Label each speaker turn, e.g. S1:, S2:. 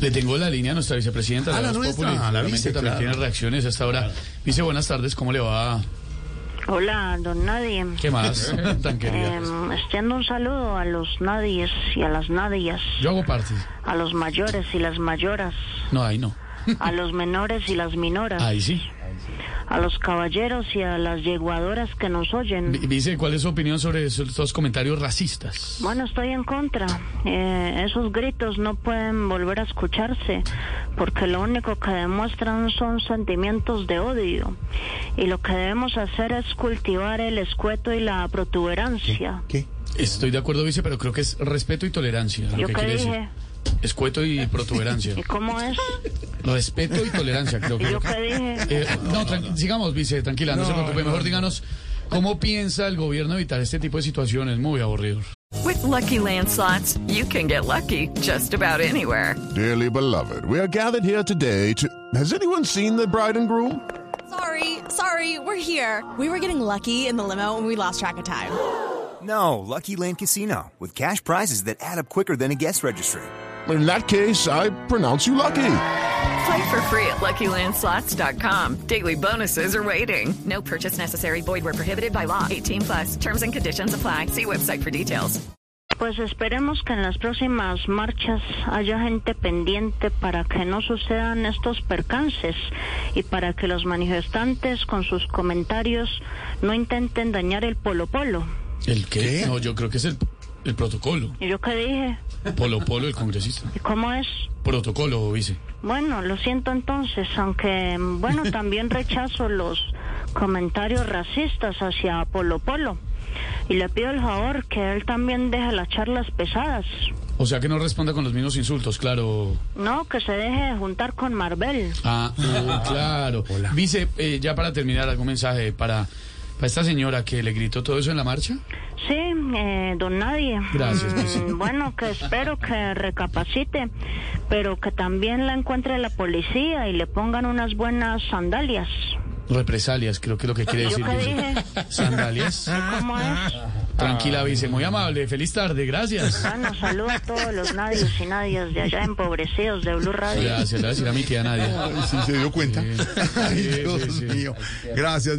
S1: Le tengo la línea a nuestra vicepresidenta.
S2: Ah, la
S1: Voz
S2: nuestra,
S1: Populi.
S2: la
S1: Claramente
S2: vice,
S1: también
S2: claro.
S1: tiene reacciones hasta ahora. Dice, buenas tardes, ¿cómo le va?
S3: Hola, don Nadie.
S1: ¿Qué más? Tan querida.
S3: Em, extiendo un saludo a los nadies y a las nadias,
S1: Yo hago parte.
S3: a los mayores y las mayoras,
S1: No, ahí no.
S3: a los menores y las minoras,
S1: Ahí sí.
S3: a los caballeros y a las yeguadoras que nos
S1: Vi-
S3: oyen.
S1: Vice, ¿cuál es su opinión sobre eso- estos comentarios racistas?
S3: Bueno, estoy en contra. Eh, esos gritos no pueden volver a escucharse porque lo único que demuestran son sentimientos de odio. Y lo que debemos hacer es cultivar el escueto y la protuberancia.
S2: ¿Qué?
S1: Estoy de acuerdo, Vice, pero creo que es respeto y tolerancia lo
S3: ¿Yo
S1: que
S3: qué
S1: quiere decir.
S3: dije?
S1: Escueto y protuberancia.
S3: ¿Y cómo es?
S1: Respeto y tolerancia, creo
S3: ¿Y
S1: que.
S3: yo qué dije?
S1: Eh, no, tranqui- sigamos, Vice, tranquila, no, se preocupe. Mejor díganos, ¿cómo piensa el gobierno evitar este tipo de situaciones? Muy aburridos.
S4: With Lucky Land slots, you can get lucky just about anywhere.
S5: Dearly beloved, we are gathered here today to. Has anyone seen the bride and groom?
S6: Sorry, sorry, we're here. We were getting lucky in the limo and we lost track of time.
S7: No, Lucky Land Casino. With cash prizes that add up quicker than a guest registry.
S5: In that case, I pronounce you lucky.
S4: Play for free at LuckyLandSlots.com. Daily bonuses are waiting. No purchase necessary. Void were prohibited by law. 18 plus. Terms and conditions apply. See website for details.
S3: Pues esperemos que en las próximas marchas haya gente pendiente para que no sucedan estos percances y para que los manifestantes con sus comentarios no intenten dañar el polo polo.
S1: ¿El qué?
S2: ¿Qué?
S1: No, yo creo que es el, el protocolo.
S3: ¿Y yo qué dije?
S1: Polo Polo, el congresista.
S3: ¿Y cómo es?
S1: Protocolo, vice.
S3: Bueno, lo siento entonces, aunque bueno, también rechazo los comentarios racistas hacia Polo Polo. Y le pido el favor que él también deje las charlas pesadas.
S1: O sea que no responda con los mismos insultos, claro.
S3: No, que se deje de juntar con Marvel.
S1: Ah, oh, claro. Vice, eh, ya para terminar, algún mensaje para, para esta señora que le gritó todo eso en la marcha.
S3: Sí, eh, don Nadie.
S1: Gracias,
S3: Mm,
S1: Lucy.
S3: bueno, que espero que recapacite, pero que también la encuentre la policía y le pongan unas buenas sandalias.
S1: Represalias, creo que es lo que quiere
S3: ¿Yo
S1: decir.
S3: qué
S1: vice.
S3: dije?
S1: Sandalias.
S3: ¿Cómo es?
S1: Tranquila, vice. Muy amable. Feliz tarde. Gracias.
S3: Bueno, saludo a todos los nadies y nadies de allá empobrecidos de Blue Radio.
S1: Gracias. Le voy a decir a mi tía Nadia.
S2: Ay, sí, se dio cuenta. Ay,
S1: Sí,
S2: Dios
S1: sí, sí.
S2: mío. Gracias,